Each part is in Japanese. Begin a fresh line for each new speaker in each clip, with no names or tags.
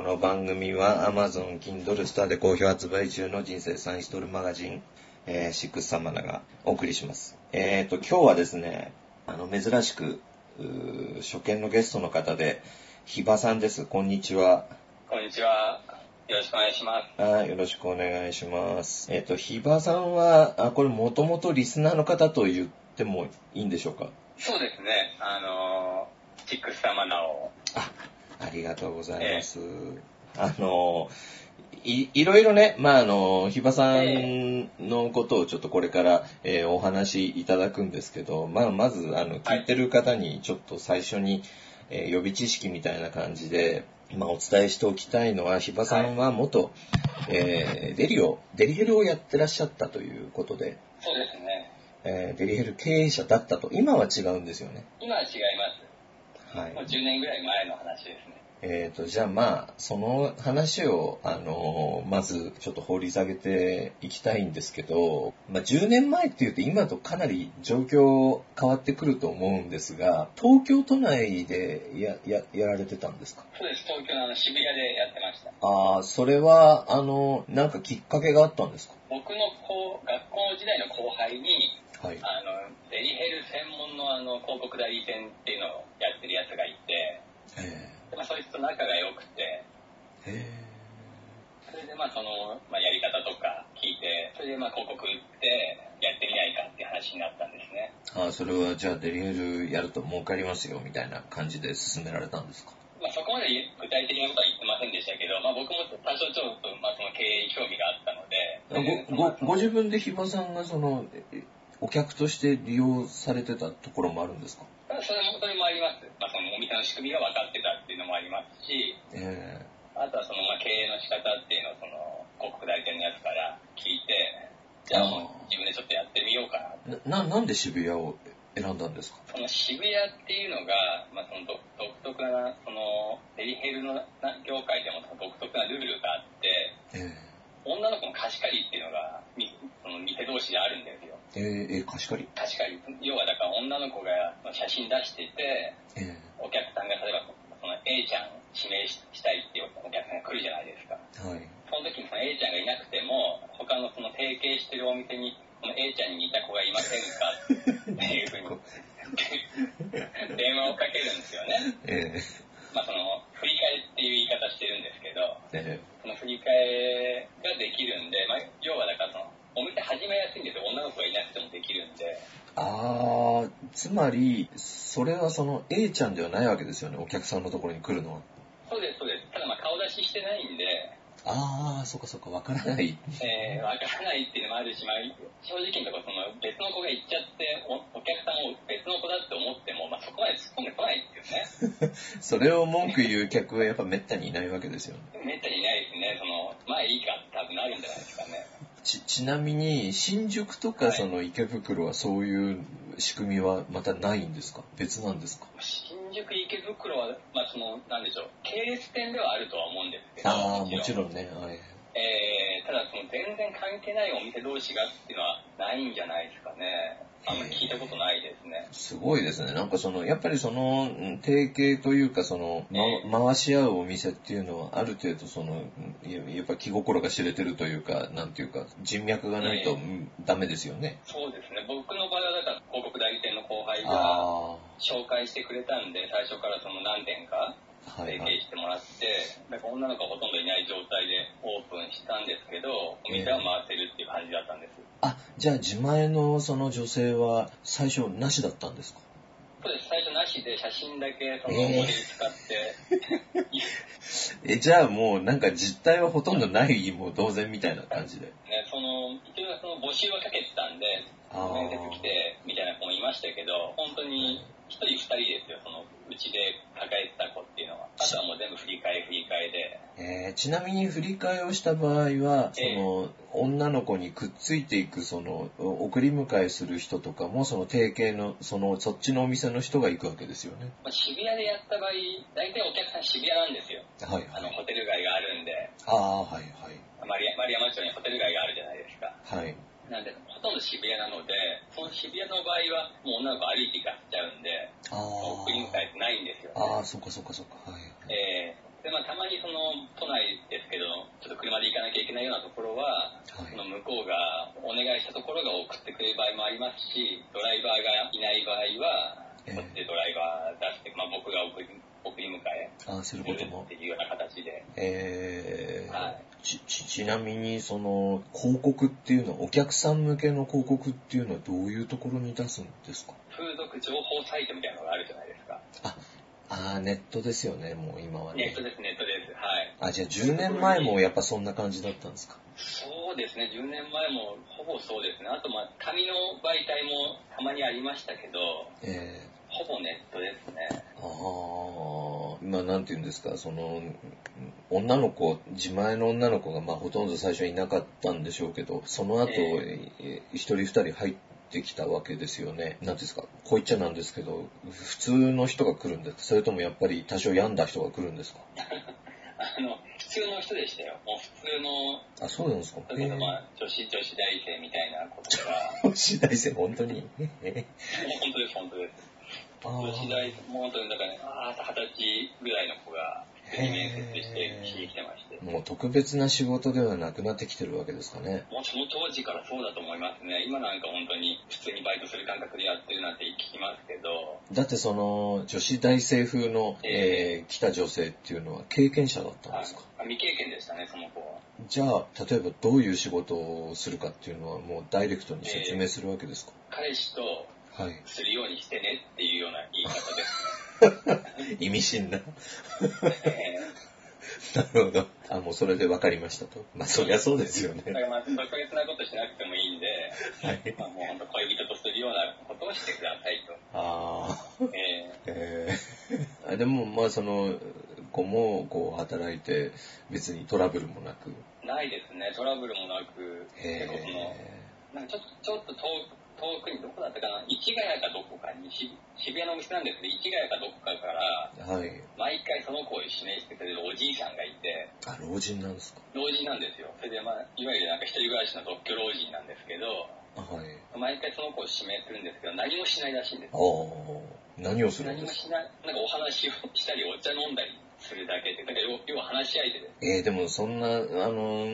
の番組は Amazon Kindle ストアで好評発売中の人生サインストールマガジン、えー、シックスサマナがお送りします。えっ、と、今日はですね、あの、珍しく、うー初見のゲストの方で、ひばさんです。こんにちは。
こんにちは。よろしくお願いします。
はい、よろしくお願いします。えっ、と、ひばさんは、あ、これもともとリスナーの方と言ってもいいんでしょうか
そうですね。あのー、チックスタマナを。
あ、ありがとうございます。あの、い、いろいろね、まあ、あの、ひばさんのことをちょっとこれから、えーお話いただくんですけど、まあ、まず、あの、聞いてる方にちょっと最初に、えー予備知識みたいな感じで、まあ、お伝えしておきたいのは、ひばさんは元、えーデリを、デリヘルをやってらっしゃったということで、
そうですね。
えーデリヘル経営者だったと、今は違うんですよね。
今は違います。
はい
もう。10年ぐらい前の話ですね。
えー、と、じゃあまあ、その話を、あのーまずちょっと掘り下げていきたいんですけど、まあ10年前って言うと今とかなり状況変わってくると思うんですが、東京都内でや、や、やられてたんですか
そうです。東京のあの渋谷でやってました。
ああ、それは、あの、なんかきっかけがあったんです
僕の後学校時代の後輩に、
かはい。
あの、デリヘル専門のあの、広告代理店っていうのをやってるやつがいて、
え
でまあ、そいつと仲が良くて、
ー、え
それでまあその、まあ、やり方とか聞いて、それでまあ広告打ってやってみないかっていう話になったんですね。
ー、ああ、それはじゃあデリヘルやると儲かりますよ、みたいな感じで進められたんですか
まあ、そこまで具体的なことは言ってませんでしたけど、まあ、僕も多少ちょっと、まあ、その経営に興味があったので、
ご、ご、ご自分でひばさんがその、えお客として利用されてたところもあるんですか
ただそれもそれもあります、まあ、そのお店の仕組みが分かってたっていうのもありますし、
え
あとはそのまあ経営の仕方っていうのをその広告代理店のやつから聞いて、じゃあもう自分でちょっとやってみようかな。
えな、な、なんで渋谷を選んだんですか
その渋谷っていうのが、まあ、その独独特な、そのデリヘルのな業界でもその独特なルールがあって、
え
女の子の貸し借りっていうのが、みその店同士であるんですよ。
ええええ貸し借り
貸し借り。要はだから女の子がまあ写真出してて、
え
お客さんが例えばその A ちゃん指名ししたいっていうお客さんが来るじゃないですか。
えはい。
その時にその A ちゃんがいなくても、他のその提携してるお店に、この A ちゃんに似た子がいませんかっていうふうに電話をかけるんですよね。
ええ
まあその、振り返りっていう言い方してるんですけど、
え
その振り替えができるんで、まあ、要はだからその、お店始めやすいんですよ。女の子がいなくてもできるんで。
えああ、つまり、それはその A ちゃんではないわけですよね、お客さんのところに来るのは。
そうです、そうです。ただまあ顔出ししてないんで、
ああ、そっかそっか、わからない。
えー、わからないっていうのもあるし、まあ、正直なところ、その別の子が行っちゃってお、お客さんを別の子だって思っても、まあそこまで突っ込んでこないですよね。
それを文句言う客はやっぱめったにいないわけですよね。
めったにいないですね。その、まあいいかって多分なるんじゃないですかね。
ち、ちなみに、新宿とか
はい
その池袋はそういう仕組みはまたないんですか別なんですか
新宿池袋は、まあその、なんでしょう、系列店ではあるとは思うんですけど。
ああ、もちろんね、はい。
えー、ただその全然関係ないお店同士がっていうのはないんじゃないですかね。あんまり聞いたことないですね。
すごいですね。なんかその、やっぱりその、うん提携というか、その、ま回し合うお店っていうのは、ある程度その、うんややっぱ気心が知れてるというか、なんていうか、人脈がないと、
ええ
うんダメですよね。
そうですね。僕の場合はだから広告代理店の後輩が
あ
紹介してくれたんで、最初からその何店か
あ、は
提
いは
携
い。
してもらって、なんか女の子はほとんどいない状態でオープンしたんですけど、お店は回せるっていう感じだったんです。
あ、じゃあ自前のその女性は、最初なしだったんですか
そうです。最初なしで写真だけその
ええ
モデル使って、
え、じゃあもうなんか実態はほとんどない、もう同然みたいな感じで。
ね、その、一応その募集はかけてたんで、
あー
面接来てみたいな子もいましたけど、本当に一人二人ですよ、その、うちで抱えてた子っていうのは。あとはもう全部振り替え振り替えで。
えーちなみに振り替えをした場合は、そ
ええ
の、女の子にくっついていく、その、お送り迎えする人とかも、その提携の、その、そっちのお店の人が行くわけですよね。
まあ、渋谷でやった場合、大体お客さん渋谷なんですよ。
はい
あ
は
の、
い。
ホテル街があるんで、
ああ、はいは
丸山丸山町にホテル街があるじゃないですか。
い。はい。
なんで、ほとんど渋谷なので、その渋谷の場合は、もう女の子歩いて行かせちゃうんで、
あ
送り迎えってないんですよ、ね。
あ。ああ、そっかそっかそっか。はい。
えーでまあ、たまにその都内ですけどちょっと車で行かなきゃいけないようなところは、その向こうがお願いしたところが送ってくれる場合もありますしドライバーがいない場合は
ええ
こっちでドライバー出して、まあ、僕が送り送り迎え
ああ、する
す
こと
る
も
っ。ていうような形で
えー
はい
ち、ち、ちなみに、その、広告っていうのは、お客さん向けの広告っていうのはどういうところに出すんですか
風俗情報サイトみたいなのがあるじゃないですか
ああ、ネットですよね、もう今は
ネッ
ね
ト。ですネットですはい
あ、じゃあ10年前もやっぱそんな感じだったんですか
そうですね10年前もほぼそうですねあとまあ紙の媒体もたまにありましたけど
えー
ほぼネットですね
ああ、まあなんて言うんですか、その、女の子、自前の女の子がまあほとんど最初はいなかったんでしょうけど、その後、
え
え一人二人入ってきたわけですよね。なんていうんですか、こう言っちゃなんですけど、普通の人が来るんですかそれともやっぱり多少病んだ人が来るんですか
あの普通の人でしたよもう普通の
あ、そうなんですか
それこそまあ女子女子大生みたいな子とか
えー次第生、本当に。
もう本当です本当です
あ
女子
ー
大もう本当にだから朝二十歳ぐらいの子が普通に面接して
へー
しに来てまして
もう特別な仕事ではなくなってきてるわけですかね。
もうその当時からそうだと思いますね今なんか本当に普通にバイトする感覚でやってるなんて聞きますけど
だってその女子大生風の、えー来た女性っていうのは経験者だったんですか、
あ未経験でしたねその子は
じゃあ例えばどういう仕事をするかっていうのはもうダイレクトに説明するわけですか、
彼氏と
はい
するようにしてねっていうような言い方です
意味深な
ね
なるほどあもうそれで分かりましたとまあそりゃそうですよ
だか
ね
らまあ特別なことしなくてもいいんで、
はい
まあ、もう本当恋人とするようなことをしてくださいと、
ああ
えー
えー、あでもまあその子もこう働いて別にトラブルもなく
ないですね、トラブルもなく、
へ
結構その、なんかちょっとちょっと遠く遠くにどこだったかな、市ヶ谷かどこかに、し渋谷のお店なんですけど、市ヶ谷かどこかから、
えはい
毎回その子を指名してくれるおじいさんがいて、
あ老人なんですか
老人なんですよ。それで、まあ、いわゆるなんか一人暮らしの独居老人なんですけど、
はい
毎回その子を指名するんですけど、何もしないらしいんです
あ。あ、何をするん
何
で
も
すか
しない、なんかお話をしたり、お茶飲んだりするだけで、なんか要要は話し相手で
えー、でもそんな、あの、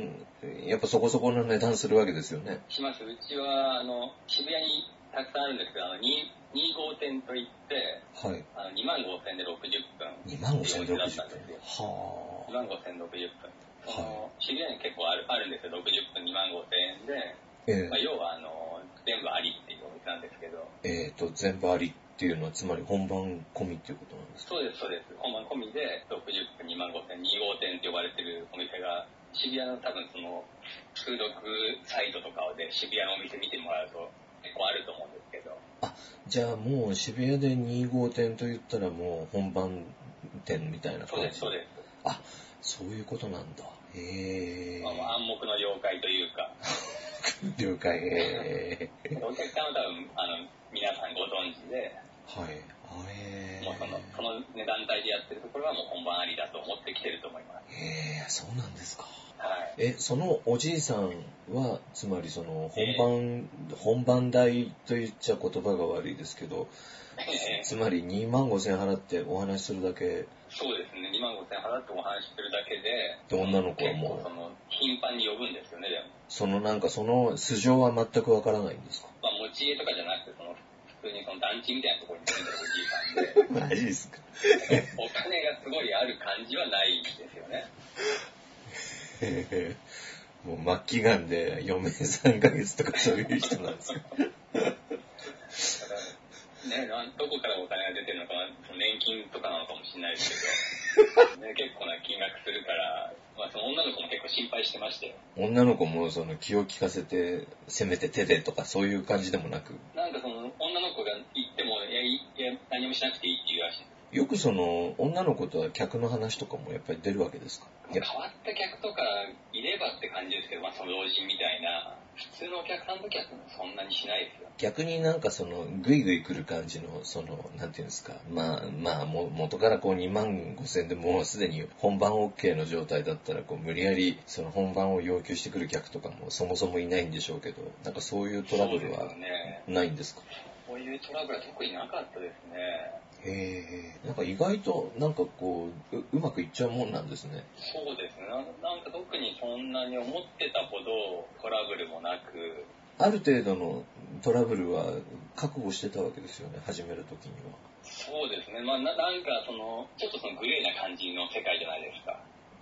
やっぱそこそこの値段するわけですよね。
します。うちは、あの、渋谷にたくさんあるんですけど、あの、に2号店といって、
はい。
あの、2万5千で60分。
2万5千60分
だったんですよ。。2
は
万5千60分。その、渋谷に結構ある、あるんですよ。60分2万5千円で、
あ。え
まあ、要は、あの、全部ありっていうお店なんですけど、
ー、えーと、全部ありっていうのは、つまり本番込みっていうことなんですか
そうです、そうです。本番込みで、60分2万5千、2号店って呼ばれてるお店が、渋谷の多分その、風俗サイトとかで渋谷のお店見てもらうと、結構あると思うんですけど、
じゃあもう渋谷で2号店と言ったらもう本番店みたいな
そう
感
で
じ
す、そうです。
そういうことなんだ。へえ
まあまあ、暗黙の了解というか、
ー。了解。え
お客さんは多分、あの、皆さんご存知で、
ー、はい。あえ
もうその、そ
ー。
の値段帯でやってるところはもう本番ありだと思ってきてると思います。
えー、そうなんですか。
はい。
え、そのおじいさんは、つまりその本番、本番代と言っちゃ言葉が悪いですけど、
ええ
つまり2万5千払ってお話しするだけ、
そうですね、2万5000円払ってお話ししてるだけで、
で女の子は
結
も
構
う
その、頻繁に呼ぶんですよね、でも。
そのなんかその素性は全くわからないんですか
まあ、持ち家とかじゃなくて、その、普通にその団地みたいなところに住んでるおじいさんで、
マジですか
お金がすごいある感じはないです よね。
もう末期がんで余命3ヶ月とかそういう人なん ですか
だからね、なんどこからお金が出てるのかな、その年金とかなのかもしれないですけど、ね、結構な金額するから、まあ、その女の子も結構心配してまして、
女の子もその気を利かせて、せめて手でとかそういう感じでもなく、
なんかその女の子が行っても、いや、いいや何もしなくていいって言うらしい。
よくその女の子とは客の話とかもやっぱり出るわけですかい
変
や
わった客とかいればって感じですけど、まあ、その老人みたいな、普通のお客さんの時はそんなにしないですよ。
逆になんかそのグイグイ来る感じのそのなんていうんですかまあまあも元からこう2万5千でもうすでに本番 OK の状態だったらこう無理やりその本番を要求してくる客とかもそもそもいないんでしょうけどなんかそういうトラブル
そう
は
ですよね。
ないんですか
こういうトラブルは特になかったですね。
へえ。なんか意外と、なんかこうう、うまくいっちゃうもんなんですね。
そうですね。ななんか特にそんなに思ってたほどトラブルもなく、
ある程度のトラブルは覚悟してたわけですよね、始めるときには。
そうですね。まあななんかその、ちょっとそのグレーな感じの世界じゃないですか。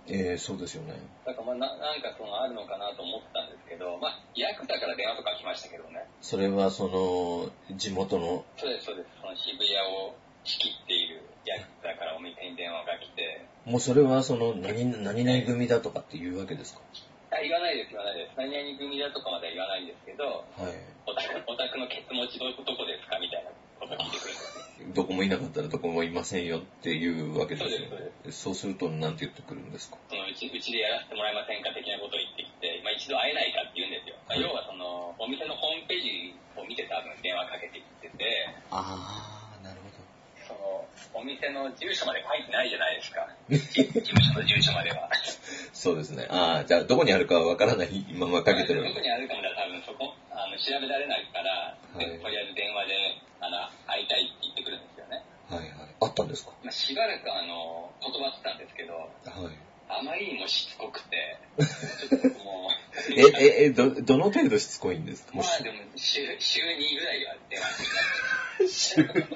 ええ、そうですよね。
だからまあななんかそのあるのかなと思ってたんですけど、まあヤクザから電話とか来ましたけどね。
それはその、地元の、
そうです、そうです。その渋谷を仕切っているヤクザからお店に電話が来て、
もうそれはその、何、何々組だとかっていうわけですか
あ言わないです、言わないです。何々組だとかまでは言わないんですけど、
はい。
オタクオタクのケツ持ちどこですかみたいなこと聞いてくるんですよ。
どこもいなかったらどこもいませんよっていうわけです
そうです
よ。そうすると何て言ってくるんですか
そのうちうちでやらせてもらえませんか的なことを言ってきて、まあ、一度会えないかって言うんですよ。まあ、要はその、お店のホームページを見て多分電話かけてきてて、
ああ、なるほど。
その、お店の住所まで書いてないじゃないで すか。事務所の住所までは。
そうですね。ああ、じゃあどこにあるかはわからない ままかけてるわ
ど
け。
こにあるかもだ多分そこ、あの、調べられないから、
はい
とりあえず電話で、あの、会いたいって言ってくるんですよね。
はいはい。あったんですか
まあ、しばらくあの、断ってたんですけど、
はい。
あまりにもしつこくて、ちょっともう、
え、え、え、ど、どの程度しつこいんですか
ま
も
あ
し
でも週、週2ぐらいは電話して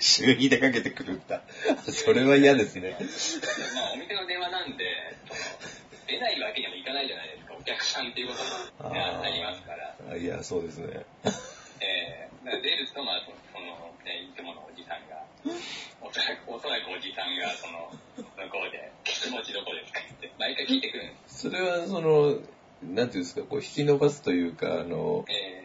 週に出かけてくるんだ。 それは嫌ですね。
ます。まあお店の電話なんで、その出ないわけにもいかないじゃないですか、お客さんっていうことになりますから。
あいや、そうですね。
えー、だから出ると、まあその、そのね、いつものおじさんが、おそらく、おそらくおじさんが、その、向こうで、気持ちどこですかって、毎回聞いてくるんです。
それはその、なんていうんですか、こう引き伸ばすというか、あの、
えー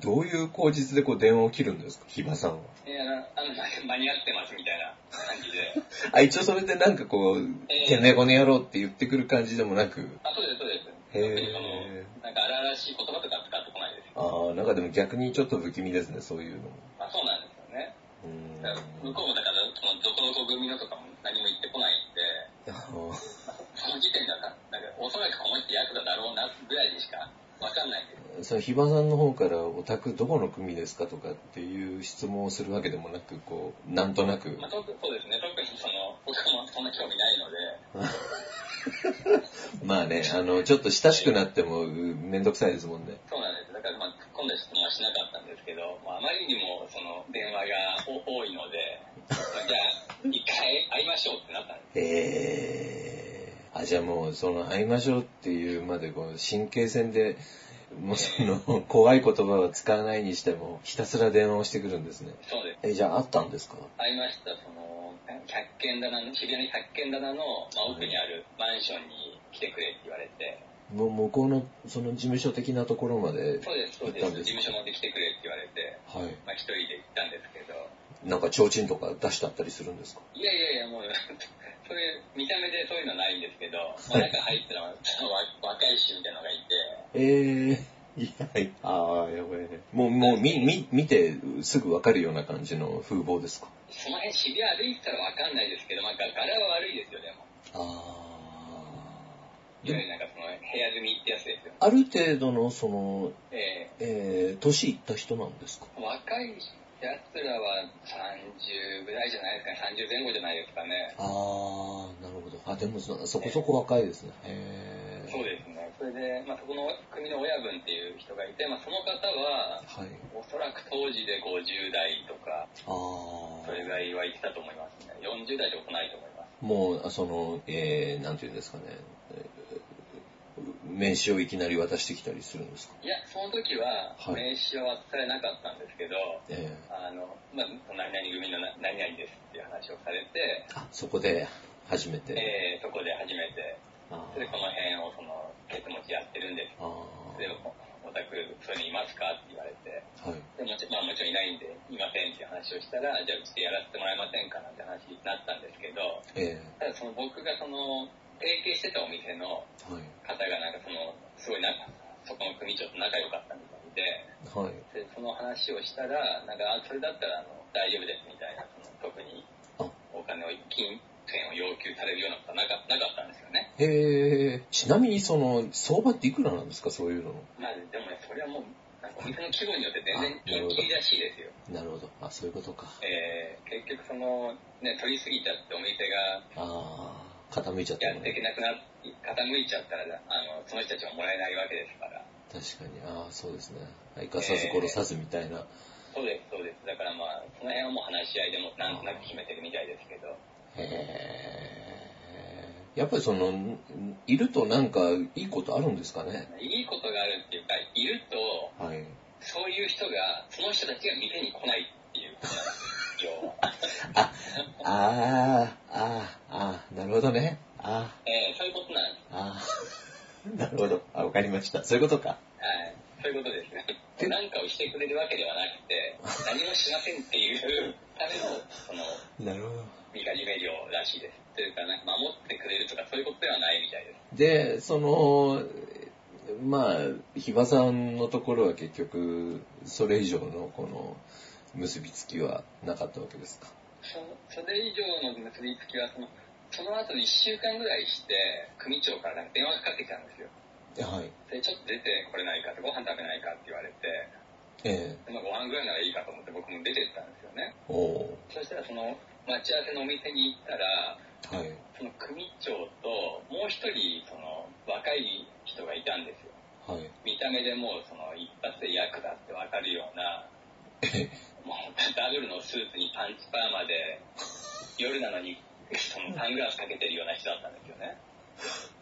どういう口実でこう電話を切るんですかヒバさんは。
いや、あの、間に合ってますみたいな感じで。
あ、一応それでなんかこう、てめえこの野郎って言ってくる感じでもなく、
あ、そうです、そうです。
へー
特にその、なんか荒々しい言葉とか使ってこないです。
ああ、なんかでも逆にちょっと不気味ですね、そういうのも。
まあそうなんですよね。
うーん。
だから向こうもだから、その、どこどこ組のとかも何も言ってこないんで、
あの
その時点ではな、なんか、おそらくこの人ヤクザだろうな、ぐらいにしかわかんないんです。
そのヒバさんの方からオタクどこの組ですかとかっていう質問をするわけでもなく、こう、なんとなく
まあ、、特そうですね、特にその、僕もそんな興味ないので、
まあね、あの、ちょっと親しくなってもうめんどくさいですもんね。
そうなんです。だから、まあ、突っ込んだ質問はしなかったんですけど、まあ、あまりにも、その、電話が多いので、まあじゃあ、一回会いましょうってなったんです。
えー、あ、じゃあもう、その、会いましょうっていうまで、こう、神経戦で、もうその、怖い言葉は使わないにしても、ひたすら電話をしてくるんですね。
そうです。
え、じゃあ、会ったんですか
会いました、その、百軒棚の、渋谷の百軒棚の、まあ、奥にあるマンションに来てくれって言われて、
もう、向こうの、その、事務所的なところまで、
そうです、そうで
行っ
す
たん、です
事
か
務所まで来てくれって言われて、
はい。
まあ、一人で行ったんですけど、
なんか、提灯とか出してあったりするんですか
いやいやいや、もう、 そういう、見た目でそういうのないんですけど、まあ、中入ったら、そ のわ若い衆みたいなのがいて、
えー、いや、ああ、やばいね。もう、もう、み、み、見て、すぐわかるような感じの風貌ですか
その辺渋谷歩いてたらわかんないですけど、まあ、が柄は悪いですよ、でも。
あ
いわゆるなんかその、部屋住みってやつですよ。
ある程度の、その、
え
えー、年いった人なんですか
ー若いやつらは30ぐらいじゃないですかね、30前後じゃないですかね。
ああ、なるほど。あ、でもそ、そこそこ若いですね。へえ。
そうですね。それで、まあ、そこの組の親分っていう人がいて、まあ、その方は、
す。はい。
おそらく当時で50代とか、
あ
それ
あ。
ぐらいは言ってたと思いますね。40代で来ないと思います。
もう、あその、えー、なんていうんですかね。えー名刺をいきなり渡してきたりするんですか
いや、その時は
はい
名刺は渡されなかったんですけど、
ええ
あの、まあ、何々組のな何々ですっていう話をされて、
あ、そこで、初めて。
えーそこで初めて、
あ
それでこの辺をその、ケツ持ちやってるんです。
あ
で、おオタク、それにいますかって言われて、
ー。はい。
でもちろんまあもちろんいないんで、いませんっていう話をしたら、じゃあうちでやらせてもらえませんかなんて話になったんですけど、
え
ただその僕がその、提携してたお店の
えはい。
方がなんかその、すごいなんか、そこの組長と仲良かったみたいで、
はい。
でその話をしたら、なんか、あそれだったらあの大丈夫ですみたいな、その特に
あ
お金を、金銭を要求されるようなことはなかなかったんですよね。
へえ。ちなみに、その、相場っていくらなんですかそういうの。
まあ、でもね、それはもう、なんかお店の規模によって全然ピンキリらしいですよ。
なるほど。あ、そういうことか。
えー、結局その、ね、取りすぎちゃってお店
あ
が
あ、傾いちゃった
や
もん
っていけ
ね。
なくなっ傾いちゃったら、あの、その人たちももらえないわけですから。
確かに。ああ、そうですね。生かさず殺さずみたいな。
そうです、そうです。だからまあ、その辺はもう話し合いでもなんとなく決めてるみたいですけど。
へえ。やっぱりその、んいるとなんかいいことあるんですかね。
いいことがあるっていうか、いると、
はい。
そういう人が、その人たちが店に来ないっていうことなんですよ。
あ、あ
要は
あ、ああ、ああ、なるほどね。あ
えーそういうことなんです。
あ、ああ。 なるほど。あ、わかりました。そういうことか。
はい。そういうことですね
で。
何かをしてくれるわけではなくて、何もしませんっていうための、その、
なるほど。
見始め料らしいです。というか、なんか守ってくれるとかそういうことではないみたいで
で、
す。
その、まあ、比嘉さんのところは結局、それ以上のこの結びつきはなかったわけですか。
そそれ以上の結びつきは、その、その後1週間ぐらいして、組長からなんか電話がかかってきたんですよ。
はい。
で、ちょっと出てこれないかって、ご飯食べないかって言われて、
え
でまあ、ご飯ぐらいならいいかと思って僕も出てったんですよ
え
ね。
おー
そしたらその待ち合わせのお店に行ったら、
はい。
その組長ともう一人その若い人がいたんですよ。
はい。
見た目でもうその一発で役だってわかるような、
え
もうダブルのスーツにパンチパーマで、夜なのにそのサングラスかけてるような人だったんですよね。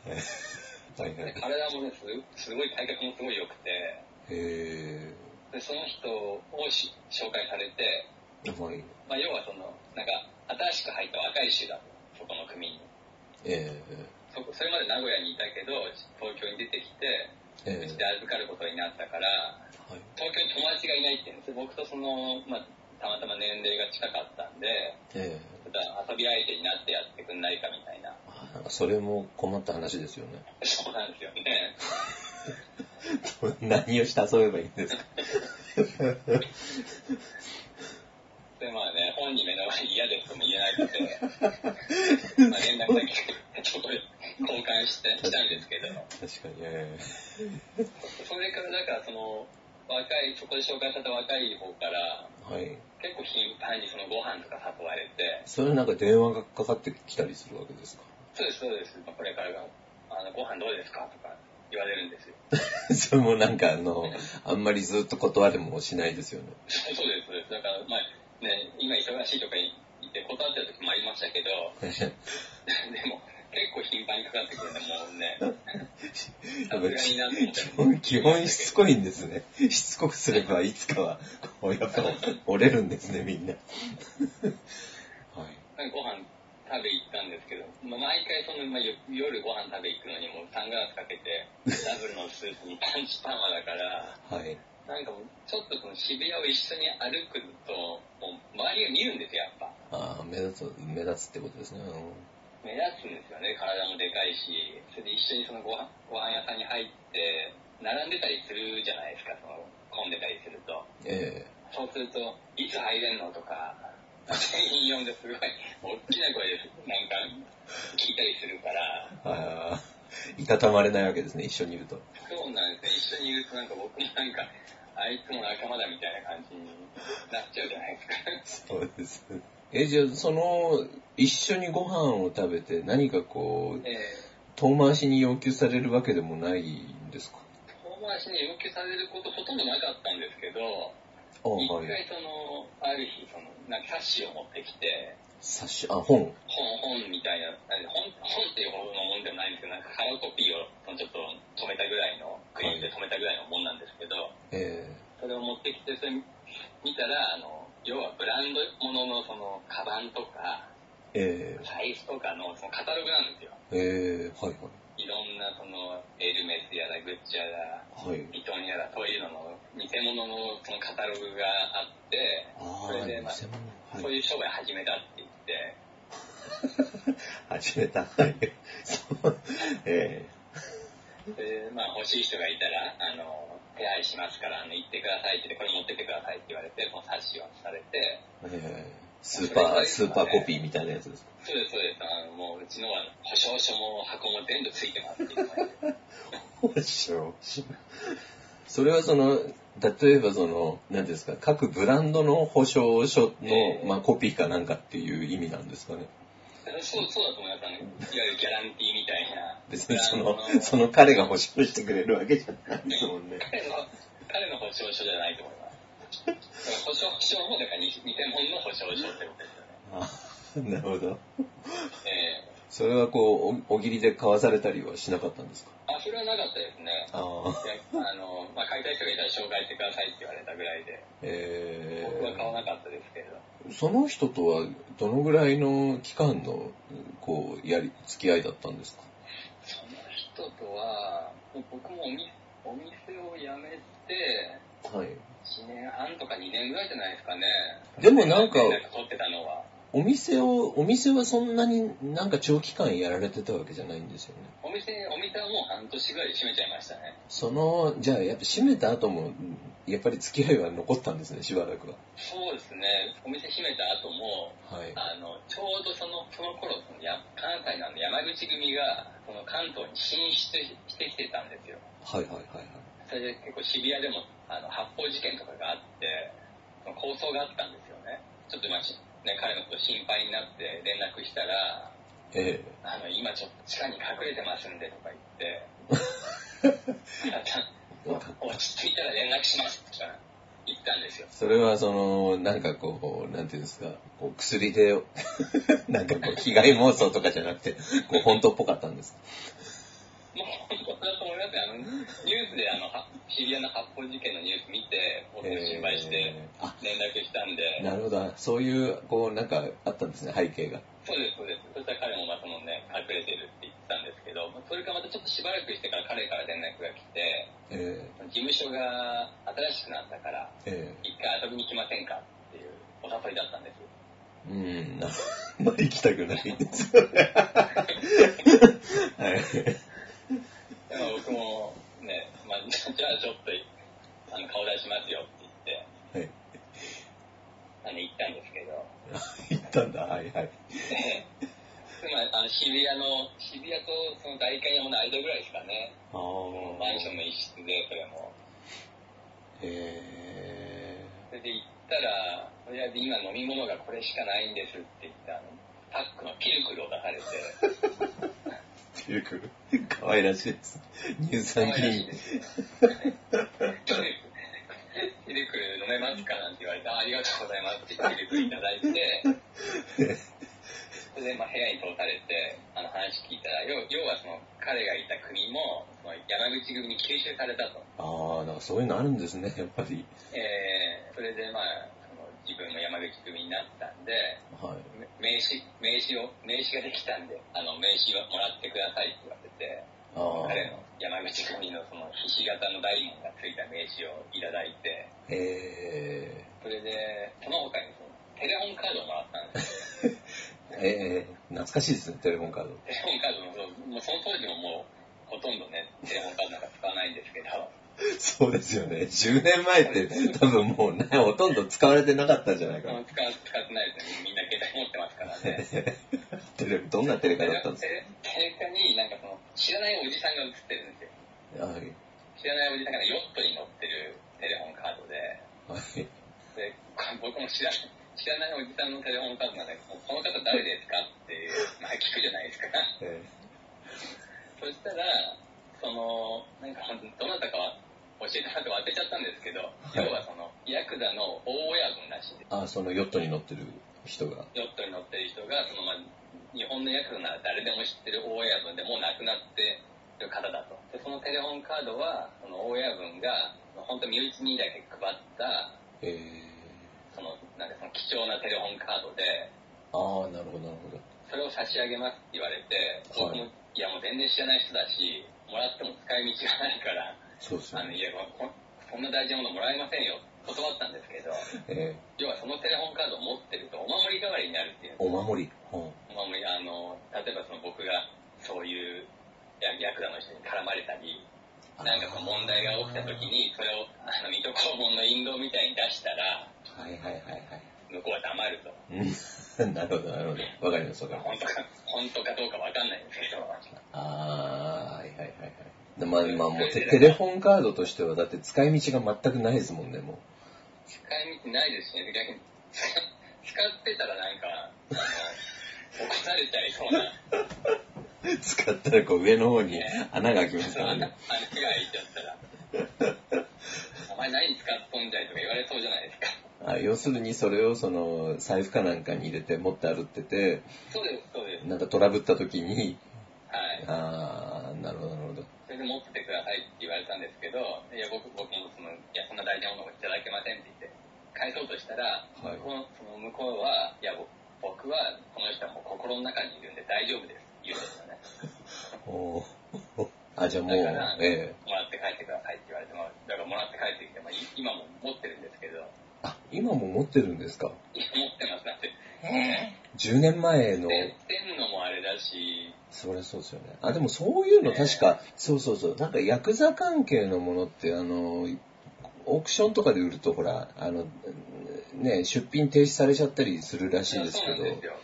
えはいは
で
い。
体もねすすごい体格もすごい良くて、
え
でその人をし紹介されて、
えはい。
まあ、要はその、なんか、新しく入った若い衆だと、そこの組に。
え
そこそれまで名古屋にいたけど、東京に出てきて、
ええ
う
え
ちで預かることになったから、
はい。
東京に友達がいないっていうんです。僕とその、まあ、たまたま年齢が近かったんで、
ええ
ちょっと遊び相手になってやってくんないかみたいな。
あなんかそれも困った話ですよね。
そうなんですよね。
何をして遊べばいいんですか。
で、まあね、本人目の前に嫌ですとも言えなくて、まあ連絡先、そこで交換して、したんですけど、
確かに。え
それからだからその若いそこで紹介された若い方から
えはい。
結構頻繁にそのご飯とか誘われて
それなんか電話がかかってきたりするわけですか。
そうですそうですこれからがあのご飯どうですかとか言われるんですよ
それもなんかあの、あんまりずっと断れもしないですよね。
そうですそうですだからまあね今忙しいとか言って断ってる時もありましたけどでも結構頻繁にかかってくるんでもうねさすがになと思って
基本、基本しつこいんですね。 しつこくすればいつかは、こう、やっぱ折れるんですね、みんな。 はい。
なんかご飯食べ行ったんですけど、まあ、毎回その、まあ、よ夜ご飯食べ行くのにもうサングラスかけて、ダブルのスーツにパンチパーマだから、
はい。
なんかもうちょっとその渋谷を一緒に歩くと、もう周りが見るんですよ、やっぱ。
ああ、目立つ、目立つってことですね。う
目立つんですよね、体もでかいし、それで一緒にそのご飯ご飯屋さんに入って、並んでたりするじゃないですか、その混んでたりすると。
んえ
そうすると、いつ入れんのとか、店員呼んですごい大きな声でなんか聞いたりするから、
えああ、 いたたまれないわけですね、一緒にいると。
そうなんですね。一緒にいるとなんか僕もなんか、あいつも仲間だみたいな感じになっちゃうじゃないですか。
そうです。え、じゃあ、その、一緒にご飯を食べて何かこう、
え
遠回しに要求されるわけでもないんですか
ー、遠回しに要求されることほとんどなかったんですけど、
ああ、
一
はい。
回その、ある日、その、なんか冊子を持ってきて、
冊子、あ、本。
本、本みたいな、なんで本、本っていうほどのもんでもないんですけど、なんかカラーコピーをそのちょっと止めたぐらいの、クリームで止めたぐらいのもんなんですけど、
え
それを持ってきて、それ見たら、あの、要はブランド物のその、カバンとか、
ええ
財布とかのそのカタログなんですよ。
えええはい
いろんなそのエルメスやらグッチやら
はい。はい。
ビトンやらそういうのの偽物のそのカタログがあって、
あ
それ
あ、
で
偽
まあ
物。
そ
は
う
い。
いう商売始めたって言って、
始めた。はい。 そう。え
でまあ欲しい人がいたら、あの、手配しますから、あの、行ってくださいって言って、これ持ってってくださいって言われて、その冊子をされて、
えええスーパー、スーパーコピーみたいなやつですか。
そうです、そうです、あの、もううちのは保証書も箱も全部ついてますって言って、
おっしょ。それはその、例えばその、何ですか、各ブランドの保証書の、
ええ
まあ、コピーかなんかっていう意味なんですかね。
そう、そうだと思います。あのいわゆるギャランティーみたいな。
別にその
あ、の
その彼が保証してくれるわけじゃないですもん ね。
彼の、彼の保証書じゃないと思います。保証、保証もだからに偽物の保証書ってことですよ
あなる
ね。
ほど。
ええ
それはこう、おおぎりで買わされたりはしなかったんですか
あ、それはなかったですね。
ああ、
であの、まあ、買いたい人がいたら紹介してくださいって言われたぐらいで、
え
僕は買わなかったですけれど。
ー、その人とはどのぐらいの期間の、こう、やり、付き合いだったんですか
その人とは、もう僕もお店お店を辞めて、
はい。
1年半とか2年ぐらいじゃないですかね。
でもなんか
連絡取ってたのは。
お店を、お店はそんなになんか長期間やられてたわけじゃないんですよね。
お店、お店はもう半年ぐらいで閉めちゃいましたね。
その、じゃあやっぱ閉めた後も、やっぱり付き合いは残ったんですね、しばらくは。
そうですね。お店閉めた後も、
はい。
あの、ちょうどその、その頃、そのや関西のあの山口組が、その関東に進出してきてたんですよ。
はいはいはいはい。
それで結構渋谷でも、あの、発砲事件とかがあって、その抗争があったんですよね。ちょっとまあ、しね、彼のこと心配になって連絡したら、
え
あの、今ちょっと地下に隠れてますんでとか言って、
え
落ち着いたら連絡しますとか言ったんですよ。
それはその、なんかこう、なんていうんですか、こう薬で、 なんかこう、被害妄想とかじゃなくて、こう、本当っぽかったんです。
もう本当だと思いますよあの、ニュースであの、は渋谷の発砲事件のニュース見て、僕も心配して
えーあ、
連絡したんで、
なるほど。そういう、こう、なんかあったんですね、背景が。
そうです、そうです。そしたら彼もまあそのね、隠れてるって言ってたんですけど、それからまたちょっとしばらくしてから彼から連絡が来て、
え
事務所が新しくなったから、
ええ
一回遊びに来ませんかっていうお誘いだったんです。
えうん、 なあんまり行きたくないですよね。はい。
でも僕もね、まあ、 じゃあちょっとあの顔出しますよって言って、
はい。
あの、行ったんですけど、
行ったんだ、はいはい。
で、まあ、あの渋谷の、渋谷とその代官山の間ぐらいですかね、
ああ
マンションの一室で、それも。
え
それで行ったら、とりあえず今飲み物がこれしかないんですって言って、あの、パックのピルクルを出されて、
ー、ピルクル。可愛らしいです。乳酸
可愛らし
菌
い。ですねピルクル飲めますかなんて言われて、あありがとうございますってピルクルいただいて、それで、まあ、部屋に通されて、あの話聞いたら、要要はその、彼がいた国も、その山口組に吸収されたと。
ああ、なんかそういうのあるんですね、やっぱり。
えー、それで、まあ、その自分も山口組になったんで、
はい。
め名刺、名刺を、名刺ができたんで、あの、名刺はもらってくださいって言われて、
ああ。
彼の山口組のその、ひし形の大門がついた名刺をいただいて、
え
それで、その他にその、テレホンカードをもらったんですよ
ー、えー、懐かしいですね、テレフォンカード。
テレホンカードもそう、もうその当時ももう、ほとんどね、テレホンカードなんか使わないんですけど、
そうですよね。10年前って多分もうね、ほとんど使われてなかったんじゃないか
使う
な。
使ってないですね。みんな携帯持ってますからね。
テレどんなテレカ
テレ
だったんです
カになんかその、知らないおじさんが映ってるんですよ。
かはい。
知らないおじさんがヨットに乗ってるテレホンカードで、
はい。
で僕も知らない。知らないおじさんのテレホンカードなんで、もうこの方誰ですかっていう、まあ聞くじゃないですか。
え
そしたら、その、なんか、どなたかは教えてもらって当てちゃったんですけど、
い
要はその、ヤクザの大親分らしいです。
ー、あーそのヨットに乗ってる人が。
ヨットに乗ってる人が、その、まあ、日本のヤクザなら誰でも知ってる大親分でもう亡くなってる方だと。で、そのテレホンカードは、その大親分が、本当身内にだけ配った、
え
その、なんかその貴重なテレホンカードで、
ー、ああ、なるほど、なるほど。
それを差し上げますって言われて、
はい
僕も、いやもう全然知らない人だし、もらっても使い道がないから、
そうですよ
あの、
ね。
いや、こそんな大事なものもらえませんよ。断ったんですけど、
え
要はそのテレホンカードを持ってるとお守り代わりになるっていう
ー、。お守り。は
お守り、あの、例えばその僕がそういうやヤクザの人に絡まれたり、
あ
なんかこう問題が起きた時に、それを、あの、水戸黄門の引導みたいに出したら、
はいはいはいはい。
向こうは黙ると。
うん なるほど、なるほど。わかります、わかりま
本
す。
当か、本当かどうかわかんないんですけど。
ああ、はいはいはいはい。でまあ、まあ、もうテテレホンカードとしては、だって使い道が全くないですもんね、も
使い道ないですね、逆に。使ってたらなんか、あの、怒られちゃいそうな、
う。 使ったらこう上の方に穴が開きます
そ
か
の
ら
穴が
ね。
開いちゃったら、お前何使っとんじゃいとか言われそうじゃないですか。
あ要するにそれをその財布かなんかに入れて持って歩ってて、
そうです、そうです。
なんかトラブった時に、
はい。
あー、なるほど、なるほど。
それで持っててくださいって言われたんですけど、いや、僕、僕もその、いや、そんな大事なものをいただけませんって言って、返そうとした
は
ら、
い
このその向こうは、いや、僕僕はこの人はもう心の中にいるんで大丈夫ですって言うんですよね。
おーあ、じゃあもう
だから、
ええ
もらって帰ってくださいって言われても、だからもらって帰ってきて、まあ、い今も持ってるんですけど、
あ、今も持ってるんですか
いや、持ってますだって、
?10 年前の、
で、捨てんのもあれだし、
そりゃそうですよね。あ、でもそういうの確か、そうそうそう、なんかヤクザ関係のものって、あの、オークションとかで売るとほら、あの、ね、出品停止されちゃったりするらしいです
そう
け
なんです
ど、
よ。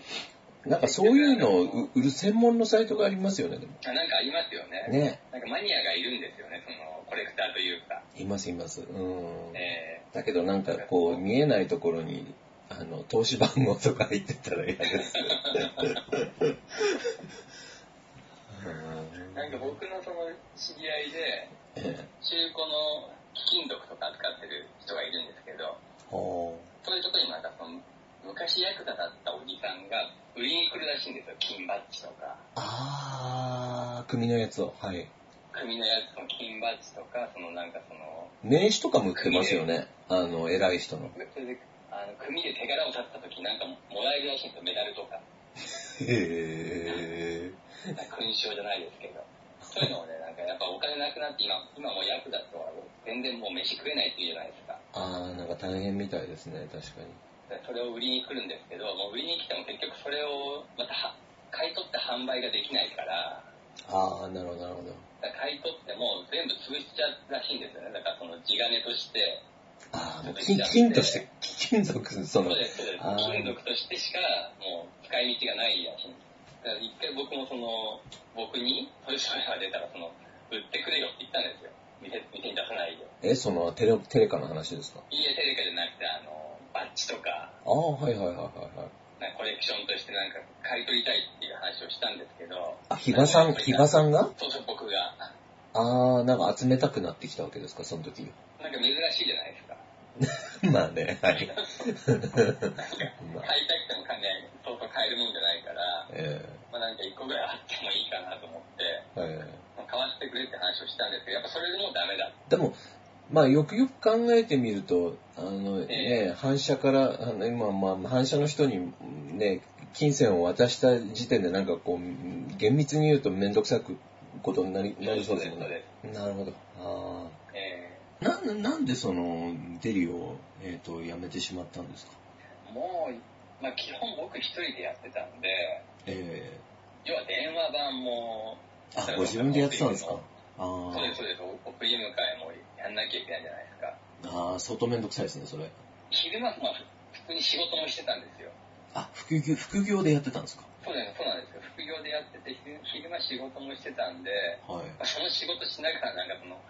なんかそういうのをう売る専門のサイトがありますよね、でも。
あなんかありますよね。
ね、
なんかマニアがいるんですよね、その、コレクターというか。
いますいます。うん。
え
だけどなんかこう、見えないところに、あの、投資番号とか入ってたら嫌です。
ーなんか僕のその、知り合いで、
え
中古の貴金属とか扱ってる人がいるんですけど、
えは
そういうとこになんかその、昔ヤクザだったおじさんが売りに来るらしいんですよ、金バッジとか。
あ。あー、組のやつを。はい。
組のやつの金バッジとか、そのなんかその、
名刺とかも売ってますよね。あの、偉い人の。
それで、あの、組で手柄を立った時なんかもらえるらしいんですよ、メダルとか。
へえ。
勲章じゃないですけど。そういうのをね、なんかやっぱお金なくなって今、今もうヤクザとは全然もう飯食えないっていうじゃないですか。
あー、なんか大変みたいですね、確かに。
でそれを売りに来るんですけど、もう売りに来ても結局それをまたは買い取って販売ができないから、
あー、なるほど、なるほど。
だから買い取っても全部潰しちゃうらしいんですよね。だからその地金として、
あー、もう金、金として、金属、そ
そ
の
う、です、そうです。
あー
金属としてしかもう使い道がないらしいんです。だから一回僕もその、僕に、そういう商品が出たらその、売ってくれよって言ったんですよ。店店に出さないで。
え、その、テレ、テレカの話ですか
いいえ、テレカじゃなくて、あの、バッジとか、
あー、はいはいはいはいはい。
なんかコレクションとしてなんか買い取りたいっていう話をしたんですけど、
あ、ヒバさん、ヒバさんが
そうそう僕が、
あー、なんか集めたくなってきたわけですか、その時。
なんか珍しいじゃないですか。
まあね、はい。まあ、
買いたくても買えない、そうそう買えるもんじゃないから、
え
まあなんか一個ぐらいあってもいいかなと思って、
えええ
まあ買わせてくれって話をしたんですけど、やっぱそれでもダメだって。
でも、まあ、よくよく考えてみると、あのね、反射から、あの今、まあ、反射の人にね、金銭を渡した時点で、なんかこう、厳密に言うと面倒くさくことになりなりそうですもん
そう
ね。
です
なるほど。あ
え
あ。な、なんでその、デリを、えっ、と、やめてしまったんですか
ーもう、まあ基本僕一人でやってたんで、
え
要は電話版も、
えあ、ご自分でやってたんですかあ
そうです、そうです、送り迎えもやんなきゃいけないじゃないですか。
あ。ああ、相当面倒くさいですね、それ。
昼間、まあ、普通に仕事もしてたんですよ。
あ、副業、副業でやってたんですか
そうなんですそうなんですよ。副業でやってて、昼昼間仕事もしてたんで、
はい。
まあその仕事しながら、なんかその、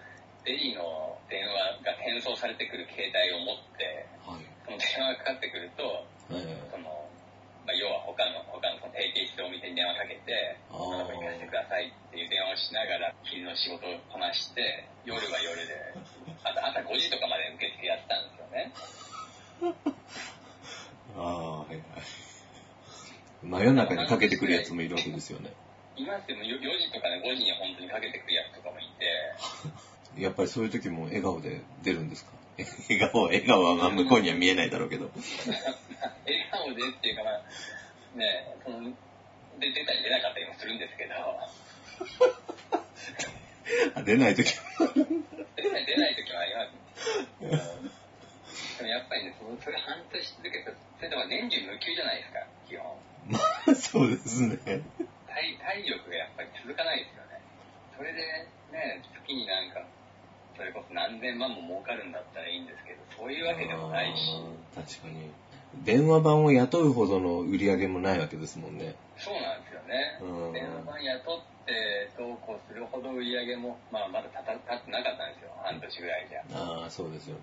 デリーの電話が転送されてくる携帯を持って、
はい。
その電話がかかってくると、
ええ
その、まあ、要は他の、他のその提携してるお店に電話かけて、
あ
この子に貸して
ー
くださいっていう電話をしながら、昼の仕事をこなして、夜は夜で、あと朝5時とかまで受付やってたんですよね。
ああ、はいはい。真夜中にかけてくるやつもいるわけですよね。
いますよ、4時とかね、5時に本当にかけてくるやつとかもいて、
やっぱりそういう時も笑顔で出るんですか笑顔、笑顔はまあ向こうには見えないだろうけど。
笑顔でっていうか、まあ、ね、その、で、出たり出なかったりもするんですけど、
あ出ない時も。
出ない、出ない時もあり ます。でもやっぱりね、その、それ半年続けて、それでも年中無休じゃないですか、基本。
そうですね。
体、体力がやっぱり続かないですよね。それで、ね、月になんか、それこそ何千万も儲かるんだったらいいんですけど、そういうわけでもないし、
あー確かに。電話番を雇うほどの売り上げもないわけですもんね。
そうなんですよね。
うん
電話番雇っえー、投稿するほど売り上げも、まあ、まだ立た立ってなかったんですよ、半年ぐらいじゃ。
ああ、そうですよね。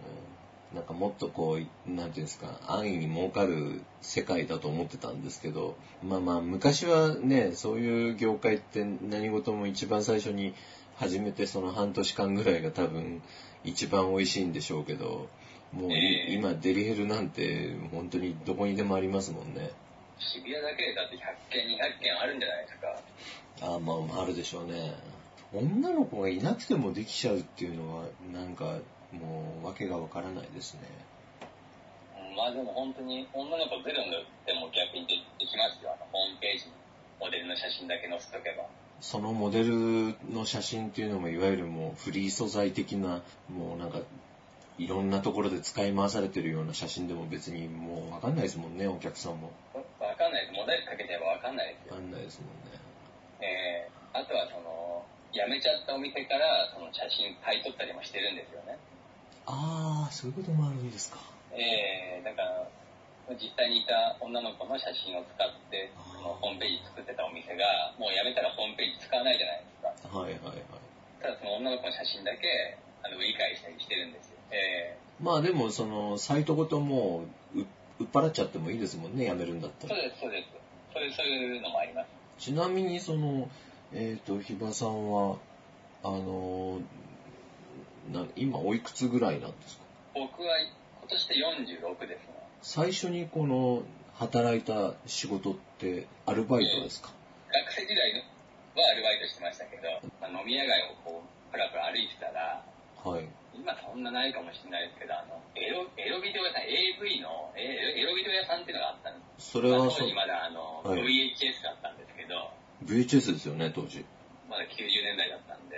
なんかもっとこう、なんていうんですか、安易に儲かる世界だと思ってたんですけど、まあまあ、昔はね、そういう業界って何事も一番最初に始めてその半年間ぐらいが多分一番美味しいんでしょうけど、もうい、
ええ
今デリヘルなんて本当にどこにでもありますもんね。
渋谷だけでだって100件、200件あるんじゃないですか。
あーまあ、まああるでしょうね。女の子がいなくてもできちゃうっていうのは、なんかもう訳がわからないですね。
うんまあでも本当に女の子ゼロになっても逆にでできますよ。あのホームページにモデルの写真だけ載せとけば。
そのモデルの写真っていうのもいわゆるもうフリー素材的な、もうなんかいろんなところで使い回されてるような写真でも別にもうわかんないですもんね、お客さんも。
わかんないです。モデルかけてればわかんないです
わ
よ。
かんないですもんね。
えー、あとはその、辞めちゃったお店からその写真買い取ったりもしてるんですよね。
ああ、そういうこともあるんですか。
えー、だから、実際にいた女の子の写真を使って、そのホームページ作ってたお店が、もうやめたらホームページ使わないじゃないですか。
はいはいはい。
ただその女の子の写真だけ、あの、売り買いしたりしてるんですよ。え
まあでもそのサイトごともうう売っ払っちゃってもいいですもんね、やめるんだった
ー、
ら
そう。です、そうです。そういう、そういうのもあります。
ちなみにその、えっ、と、ひばさんは、あのな、今おいくつぐらいなんですか
僕は今年で46ですね。
最初にこの働いた仕事ってアルバイトですか、
学生時代はアルバイトしてましたけど、まあ、飲み屋街をこう、プラプラ歩いてたら、
はい。
今そんなないかもしれないですけど、あの、エロ、エロビデオ屋さん、AV の、えエロエロビデオ屋さんっていうのがあったんです
それ
ま
は
あ当
そ
時まだあの、
はい
VHS だったんですけど、
VHS ですよね、当時。
まだ90年代だったん